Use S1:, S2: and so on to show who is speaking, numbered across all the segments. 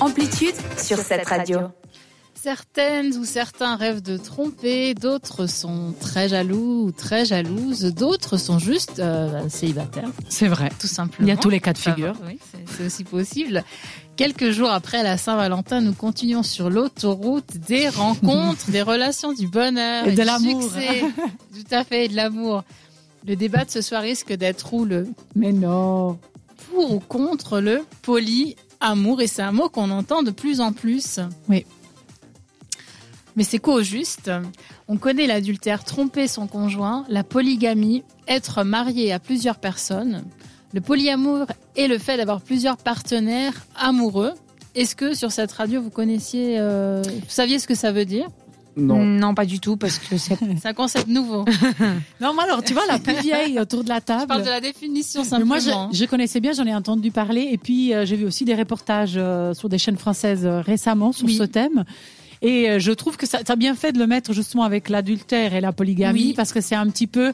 S1: Amplitude sur cette radio.
S2: Certaines ou certains rêvent de tromper, d'autres sont très jaloux ou très jalouses, d'autres sont juste euh, célibataires,
S3: C'est vrai.
S2: tout
S3: Il
S2: simplement.
S3: y a tous les cas de
S2: Ça va,
S3: figure.
S2: oui, c'est- c'est aussi possible. Quelques jours après la Saint-Valentin, nous continuons sur l'autoroute des rencontres, des relations du bonheur
S3: Et de
S2: du
S3: l'amour.
S2: succès. Tout à fait, et de l'amour. Le débat de ce soir risque d'être rouleux
S3: Mais non.
S2: pour ou contre le polyamour. Et c'est un mot qu'on entend de plus en plus.
S3: Oui.
S2: Mais c'est quoi au juste On connaît l'adultère, tromper son conjoint, la polygamie, être marié à plusieurs personnes, le polyamour et le fait d'avoir plusieurs partenaires amoureux. Est-ce que sur cette radio vous connaissiez, euh, vous saviez ce que ça veut dire
S4: Non.
S1: pas du tout, parce que c'est.
S2: C'est un concept nouveau.
S3: Non, moi, alors, tu vois, la plus vieille autour de la
S2: Je parle
S3: table.
S2: de la définition
S3: Mais
S2: simplement. hein.
S3: moi, je, je connaissais bien, j'en ai entendu parler. Et puis, euh, j'ai vu aussi des reportages euh, sur des chaînes françaises euh, récemment sur
S2: Oui.
S3: ce thème. Et euh, je trouve que ça, ça a bien fait de le mettre justement avec l'adultère et la polygamie,
S2: Oui.
S3: parce que c'est un petit peu,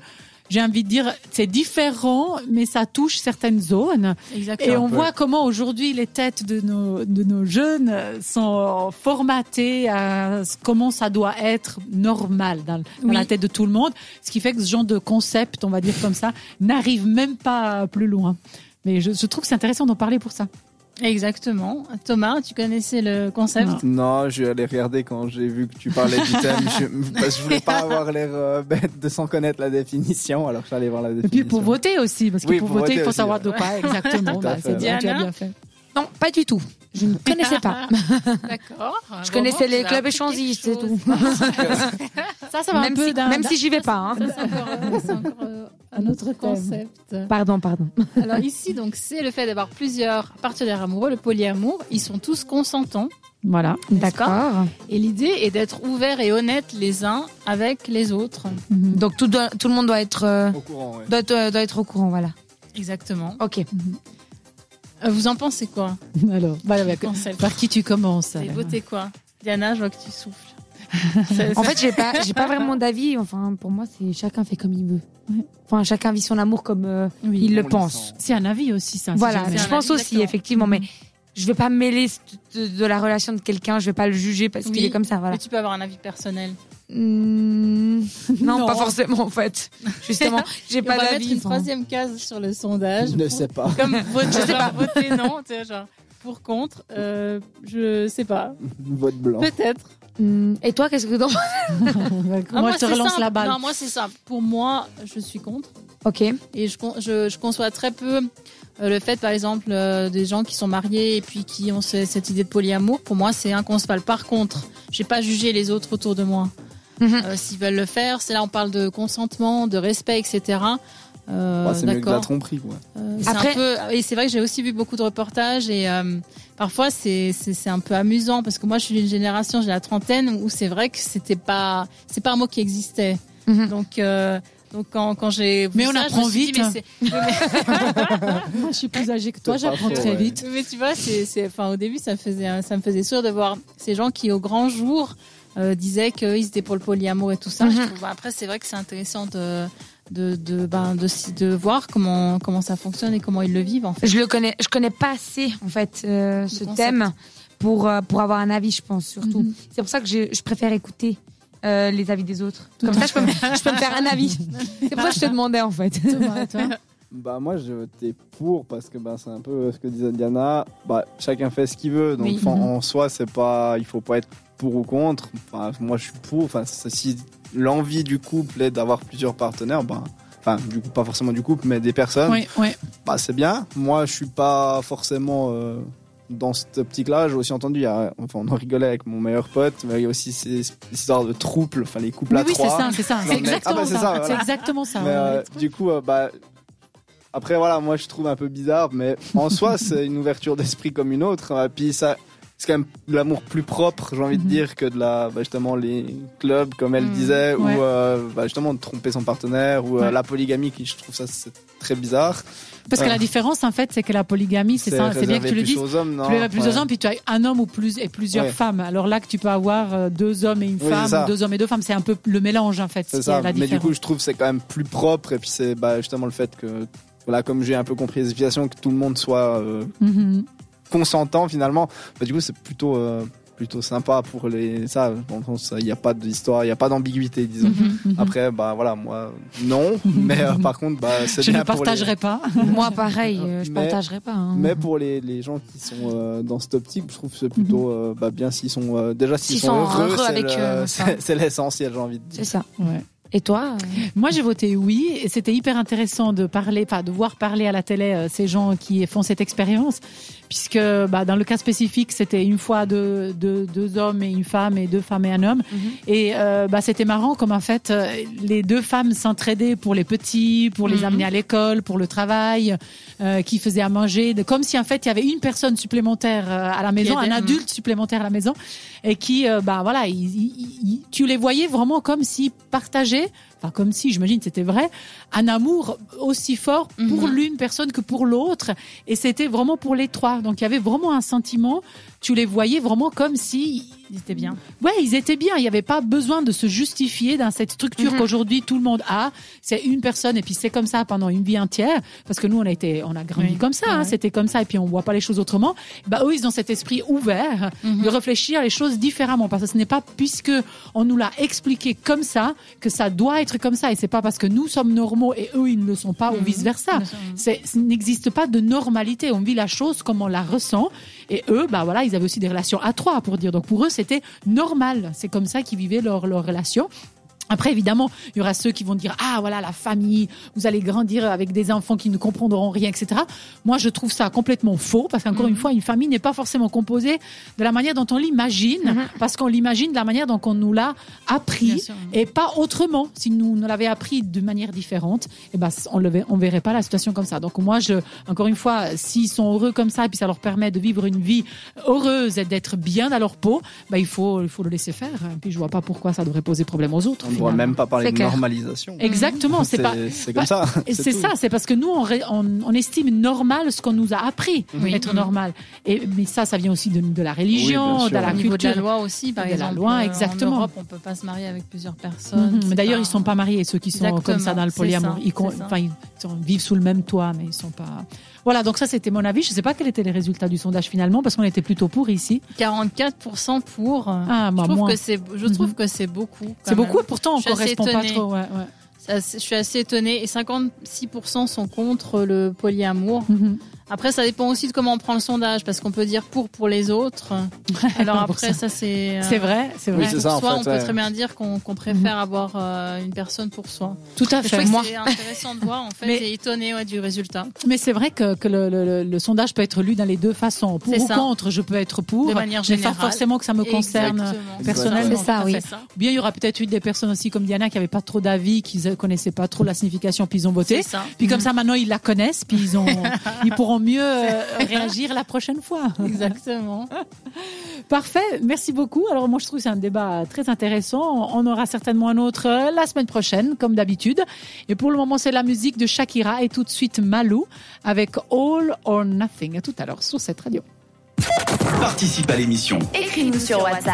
S3: j'ai envie de dire, c'est différent, mais ça touche certaines zones. Et
S2: Exactement.
S3: on
S4: peu.
S3: voit comment aujourd'hui les têtes de nos, de nos jeunes euh, sont formatées à ce- comment ça doit être normal dans, dans
S2: Oui.
S3: la tête de tout le monde. Ce qui fait que ce genre de concept, on va dire comme ça, n'arrive même pas plus loin. Mais je, je trouve que c'est intéressant d'en parler pour ça.
S2: Exactement. Thomas, tu connaissais le concept
S3: Non.
S4: Non, je suis allé regarder quand j'ai vu que tu parlais du thème. Je, parce que je voulais pas avoir l'air euh, bête de sans connaître la définition, alors je suis allé voir la
S3: Et
S4: définition.
S3: puis pour voter aussi, parce que
S4: Oui,
S3: pour,
S4: pour
S3: voter, il
S4: voter
S3: faut
S4: aussi,
S3: savoir
S4: ouais.
S3: de quoi
S4: Tout
S3: exactement.
S4: à
S3: Bah, c'est
S4: fait.
S3: bien, tu as
S2: Diana
S3: bien fait.
S1: Non, pas du tout. Je ne connaissais pas.
S2: D'accord.
S1: Je connaissais les clubs échangistes, c'est tout.
S3: Ça, ça va un
S1: Même
S3: peu
S1: si,
S3: d'un-
S1: même
S3: d'un-
S1: si j'y vais pas. hein.
S2: Ça, c'est encore, euh, c'est encore, euh, un
S3: Un autre
S2: autre
S3: thème.
S2: concept.
S1: Pardon, pardon.
S2: Alors ici, donc, c'est le fait d'avoir plusieurs partenaires amoureux, le polyamour. Ils sont tous consentants.
S3: Voilà.
S1: D'accord.
S2: Et l'idée est d'être ouverts et honnêtes les uns avec les autres.
S3: Mhm.
S1: Donc tout, doit- tout le monde doit être, euh,
S4: Au courant, ouais.
S1: doit, être, euh, doit être au courant, voilà.
S2: Exactement.
S1: Ok.
S2: Euh, Vous en pensez quoi
S3: Alors, voilà, bah,
S2: Concept.
S3: par qui tu commences
S2: Vous avez
S3: alors
S2: voté quoi Diana, je vois que tu souffles. C'est-
S1: En
S2: c'est-
S1: fait, j'ai pas, j'ai pas vraiment d'avis. Enfin, pour moi, c'est chacun fait comme il veut. Enfin, chacun vit son amour comme euh,
S3: Oui.
S1: il
S4: On
S1: le
S4: le
S1: pense.
S4: sent.
S3: C'est un avis aussi, ça. si
S1: Voilà,
S3: jamais.
S2: C'est
S1: je
S2: un
S1: pense
S2: avis,
S1: aussi,
S2: exactement.
S1: effectivement, mais je vais pas me mêler de, de la relation de quelqu'un, je vais pas le juger parce qu'il
S2: Oui.
S1: est comme ça, voilà.
S2: Mais tu peux avoir un avis personnel.
S1: Hmm, non,
S3: Non.
S1: pas forcément en fait. Justement, j'ai
S2: On va
S1: pas
S2: mettre
S1: d'avis. hein.
S2: une
S1: enfin.
S2: troisième case sur le sondage.
S4: Je ne
S2: Pour-
S4: sais pas.
S2: comme voter, je sais pas. voter non, tu vois, genre pour contre, euh, je sais pas,
S4: Vote blanc.
S2: peut-être.
S1: Hmm, Et toi, qu'est-ce que t'en penses
S3: Comment
S2: Ah,
S3: elle te
S2: c'est
S3: relance
S2: simple.
S3: la balle
S2: Non, moi c'est simple. Pour moi, je suis contre
S1: Ok.
S2: et je, con- je, je conçois très peu euh, le fait, par exemple, euh, des gens qui sont mariés et puis qui ont ce- cette idée de polyamour. Pour moi, c'est inconcevable. Par contre, j'ai pas jugé les autres autour de moi.
S1: Mhm.
S2: Euh, S'ils veulent le faire, c'est là on parle de consentement, de respect, etc. Euh,
S4: Bah, c'est mieux que la
S2: d'accord.
S4: tromperie, quoi.
S2: Euh, c'est
S1: Après-
S2: un peu- et c'est vrai que j'ai aussi vu beaucoup de reportages et euh, parfois c'est c'est c'est un peu amusant parce que moi je suis d'une génération, j'ai la trentaine où c'est vrai que c'était pas c'est pas un mot qui existait.
S1: Mhm.
S2: Donc euh, donc quand quand j'ai vu
S3: Mais on
S2: ça, je
S3: apprend
S2: me suis dit,
S3: vite, hein.
S2: mais,
S3: Moi, je suis plus âgée que toi,
S4: C'est pas
S3: j'apprends
S4: faux,
S3: très
S4: ouais.
S3: vite.
S2: c'est- mais tu vois c'est c'est enfin au début ça me faisait ça me faisait sourire de voir ces gens qui au grand jour euh, disaient qu'ils étaient pour le polyamour et tout ça.
S1: Mhm.
S2: Je trouve- bah, après c'est vrai que c'est intéressant de de de ben de, si- de voir comment comment ça fonctionne et comment ils le vivent en fait.
S1: Je le connais, je connais pas assez en fait euh, ce
S2: concept.
S1: thème pour euh, pour avoir un avis, je pense surtout.
S2: Mhm.
S1: C'est pour ça que je, je préfère écouter euh, les avis des autres.
S3: Tout
S1: Comme
S3: à
S1: ça, je peux, me- je peux me faire un avis. C'est pour ça que je te demandais en fait.
S3: Thomas, toi
S4: Bah moi j'ai voté pour parce que bah, c'est un peu ce que disait Diana. Bah chacun fait ce qu'il veut donc
S2: Oui.
S4: enfin, en soi c'est pas il faut pas être pour ou contre. Enfin, moi je suis pour. Enfin c'est- si l'envie du couple est d'avoir plusieurs partenaires, bah, enfin du coup pas forcément du couple mais des personnes,
S3: Oui, oui.
S4: bah c'est bien. Moi je suis pas forcément euh, dans cette optique-là. J'ai aussi entendu, il y a- enfin on en rigolait avec mon meilleur pote, mais il y a aussi ces ces histoires de troubles, enfin les couples
S3: Oui,
S4: à
S3: oui, c'est
S4: trois.
S3: ça, c'est ça.
S4: Non,
S3: C'est
S4: mais-
S3: exactement
S4: Ah, bah, c'est
S3: ça.
S4: ça, voilà.
S3: C'est exactement ça.
S4: Mais,
S3: ouais.
S4: euh, du coup, euh, bah, après, voilà, moi je trouve un peu bizarre, mais en soi, c'est une ouverture d'esprit comme une autre. hein. puis ça, c'est quand même de l'amour plus propre, j'ai envie
S3: Mhm.
S4: de dire, que de la, bah, justement, les clubs, comme elle
S2: Mhm,
S4: disait,
S3: ouais.
S4: ou euh, bah, justement de tromper son partenaire, ou euh,
S3: Ouais.
S4: la polygamie, qui je trouve ça c'est très bizarre.
S3: Parce que
S4: euh,
S3: la différence, en fait, c'est que la polygamie, c'est ça. C'est bien que
S4: réservé
S3: tu le
S4: plus
S3: dises.
S4: aux hommes, non
S3: Tu l'as plus
S4: Ouais.
S3: deux hommes, puis tu as un homme ou plus et plusieurs
S4: Ouais.
S3: femmes. Alors là, que tu peux avoir euh, deux hommes et une
S4: Oui, c'est
S3: femme,
S4: ça.
S3: ou deux hommes et deux femmes, c'est un peu le mélange, en fait.
S4: C'est
S3: qui est
S4: ça. Mais
S3: la
S4: du
S3: différence.
S4: coup, je trouve que c'est quand même plus propre. Et puis, c'est bah, justement le fait que, voilà, comme j'ai un peu compris les explications, que tout le monde soit euh,
S3: Mhm.
S4: consentant finalement. Bah, du coup, c'est plutôt euh, plutôt sympa pour les ça. Dans le sens, il n'y a pas d'histoire, il n'y a pas d'ambiguïté, disons. Après, bah voilà, moi non, mais euh, par contre, bah c'est
S3: Je ne
S4: bien pour les-
S3: partagerai pas.
S1: Moi, pareil, euh, je
S4: Mais-
S1: partagerai pas. hein.
S4: Mais pour les, les gens qui sont euh, dans cette optique, je trouve que c'est plutôt euh, bah, bien s'ils sont euh, déjà s'ils
S1: S'ils
S4: sont
S1: sont
S4: heureux,
S1: heureux
S4: c'est
S1: avec,
S4: le-
S1: euh, ça.
S4: c'est- c'est l'essentiel, j'ai envie de dire.
S1: C'est ça.
S3: Ouais.
S1: Et toi euh,
S3: Moi, j'ai voté oui. Et c'était hyper intéressant de parler, enfin, de voir parler à la télé euh, ces gens qui font cette expérience, puisque bah, dans le cas spécifique, c'était une fois deux, deux, deux hommes et une femme et deux femmes et un homme.
S1: Mhm.
S3: Et euh, bah, c'était marrant comme en fait, euh, les deux femmes s'entraidaient pour les petits, pour les
S2: Mhm.
S3: amener à l'école, pour le travail, euh, qui faisaient à manger, de- comme si en fait il y avait une personne supplémentaire euh, à la maison, un
S2: aidait. Mhm.
S3: adulte supplémentaire à la maison, et qui, euh, bah voilà, ils- ils- ils- tu les voyais vraiment comme si partagés enfin comme si, j'imagine, c'était vrai, un amour aussi fort pour
S2: Mhm.
S3: l'une personne que pour l'autre. Et c'était vraiment pour les trois. Donc il y avait vraiment un sentiment, tu les voyais vraiment comme si...
S2: C'était bien.
S3: Ouais, ils étaient bien, il n'y avait pas besoin de se justifier dans cette structure
S1: Mhm.
S3: qu'aujourd'hui tout le monde a. C'est une personne et puis c'est comme ça pendant une vie entière. Parce que nous, on a, été, on a grandi
S2: Oui.
S3: comme ça, hein,
S2: Ouais.
S3: c'était comme ça et puis on ne voit pas les choses autrement. Bah, eux, ils ont cet esprit ouvert
S2: Mhm.
S3: de réfléchir les choses différemment parce que ce n'est pas puisque on nous l'a expliqué comme ça que ça doit être comme ça et c'est pas parce que nous sommes normaux et eux ils ne le sont pas ou
S2: Mhm.
S3: vice versa.
S2: Mhm.
S3: C'est, ça n'existe pas de normalité. On vit la chose comme on la ressent. Et eux, bah voilà, ils avaient aussi des relations à trois, pour dire. Donc pour eux, c'était normal. C'est comme ça qu'ils vivaient leur, leur relation. Après, évidemment, il y aura ceux qui vont dire Ah, voilà, la famille, vous allez grandir avec des enfants qui ne comprendront rien, etc. Moi, je trouve ça complètement faux, parce qu'encore
S2: Mhm.
S3: une fois, une famille n'est pas forcément composée de la manière dont on l'imagine,
S1: Mhm.
S3: parce qu'on l'imagine de la manière dont on nous l'a appris
S2: Bien sûr.
S3: et pas autrement. Si nous, nous l'avait appris de manière différente, eh ben, on ne on verrait pas la situation comme ça. Donc moi, je, encore une fois, s'ils sont heureux comme ça et puis ça leur permet de vivre une vie heureuse et d'être bien dans leur peau, bah il, faut, il faut le laisser faire. Et puis je vois pas pourquoi ça devrait poser problème aux autres.
S4: On ne
S3: finalement.
S4: pourrait même pas parler
S1: C'est
S4: de
S1: clair.
S4: normalisation.
S3: Exactement, c'est pas...
S4: c'est comme ça.
S3: Et c'est
S4: tout.
S3: ça, c'est parce que nous, on, ré- on, on estime normal ce qu'on nous a appris,
S2: Oui.
S3: être
S2: Mhm.
S3: normal. Et, mais ça, ça vient aussi de, de la
S4: Oui,
S3: religion,
S4: bien sûr.
S3: de la
S2: Au niveau de la
S3: culture.
S2: loi aussi, par
S3: De la
S2: exemple.
S3: loi,
S2: euh,
S3: exactement.
S2: En Europe, on peut pas se marier avec plusieurs personnes.
S3: Mhm. Mais
S2: c'est
S3: D'ailleurs, ils sont pas mariés, ceux qui sont comme ça
S2: Exactement,
S3: dans le
S2: c'est
S3: polyamour.
S2: ça,
S3: Ils, con-
S2: c'est ça.
S3: enfin, ils sont- vivent sous le même toit, mais ils sont pas. Voilà, donc ça, c'était mon avis. Je sais pas quels étaient les résultats du sondage finalement, parce qu'on était plutôt pour ici.
S2: 44% pour. euh,
S3: Ah,
S2: je
S3: moi,
S2: trouve
S3: moins.
S2: que c'est, je trouve que Mhm. c'est beaucoup. quand
S3: C'est
S2: même.
S3: beaucoup, et pourtant, on
S2: Je suis assez
S3: correspond pas
S2: étonnée.
S3: trop. ouais, ouais.
S2: C'est assez- je suis assez étonnée. Et 56% sont contre le polyamour.
S3: Mhm.
S2: Après, ça dépend aussi de comment on prend le sondage, parce qu'on peut dire pour pour les autres. Alors
S3: Pour
S2: après, ça,
S3: ça.
S2: c'est. euh,
S3: c'est vrai, c'est
S4: Oui,
S3: vrai.
S4: c'est
S2: pour
S4: ça, en
S2: soi,
S4: fait,
S2: on peut
S4: ouais.
S2: très bien dire qu'on qu'on préfère avoir euh, une personne pour soi.
S3: Tout à
S2: Je
S3: fait.
S2: trouve que
S3: Moi.
S2: c'est intéressant de voir, en fait,
S3: Mais-
S2: et étonné ouais, du résultat.
S3: Mais c'est vrai que, que le, le- le- le sondage peut être lu dans les deux façons. Pour
S2: C'est
S3: ou
S2: ça.
S3: contre, je peux être pour.
S2: De manière
S3: mais pas
S2: générale.
S3: forcément que ça me concerne.
S2: Exactement.
S3: personnellement.
S1: C'est ça,
S2: Tout à
S1: oui.
S2: fait ça.
S3: Bien, il y aura peut-être eu des personnes aussi comme Diana qui n'avaient pas trop d'avis, qui ne connaissaient pas trop la signification, puis ils ont voté.
S2: C'est ça.
S3: Puis comme ça, maintenant, ils la connaissent, puis ils, ont, ils pourront mieux euh, réagir la prochaine fois.
S2: Exactement.
S3: Parfait, merci beaucoup. Alors moi, je trouve que c'est un débat très intéressant. On aura certainement un autre euh, la semaine prochaine, comme d'habitude. Et pour le moment, c'est la musique de Shakira et tout de suite Malou avec All or Nothing. À tout à l'heure sur cette radio.
S5: Participe à l'émission.
S6: Écris-nous sur WhatsApp.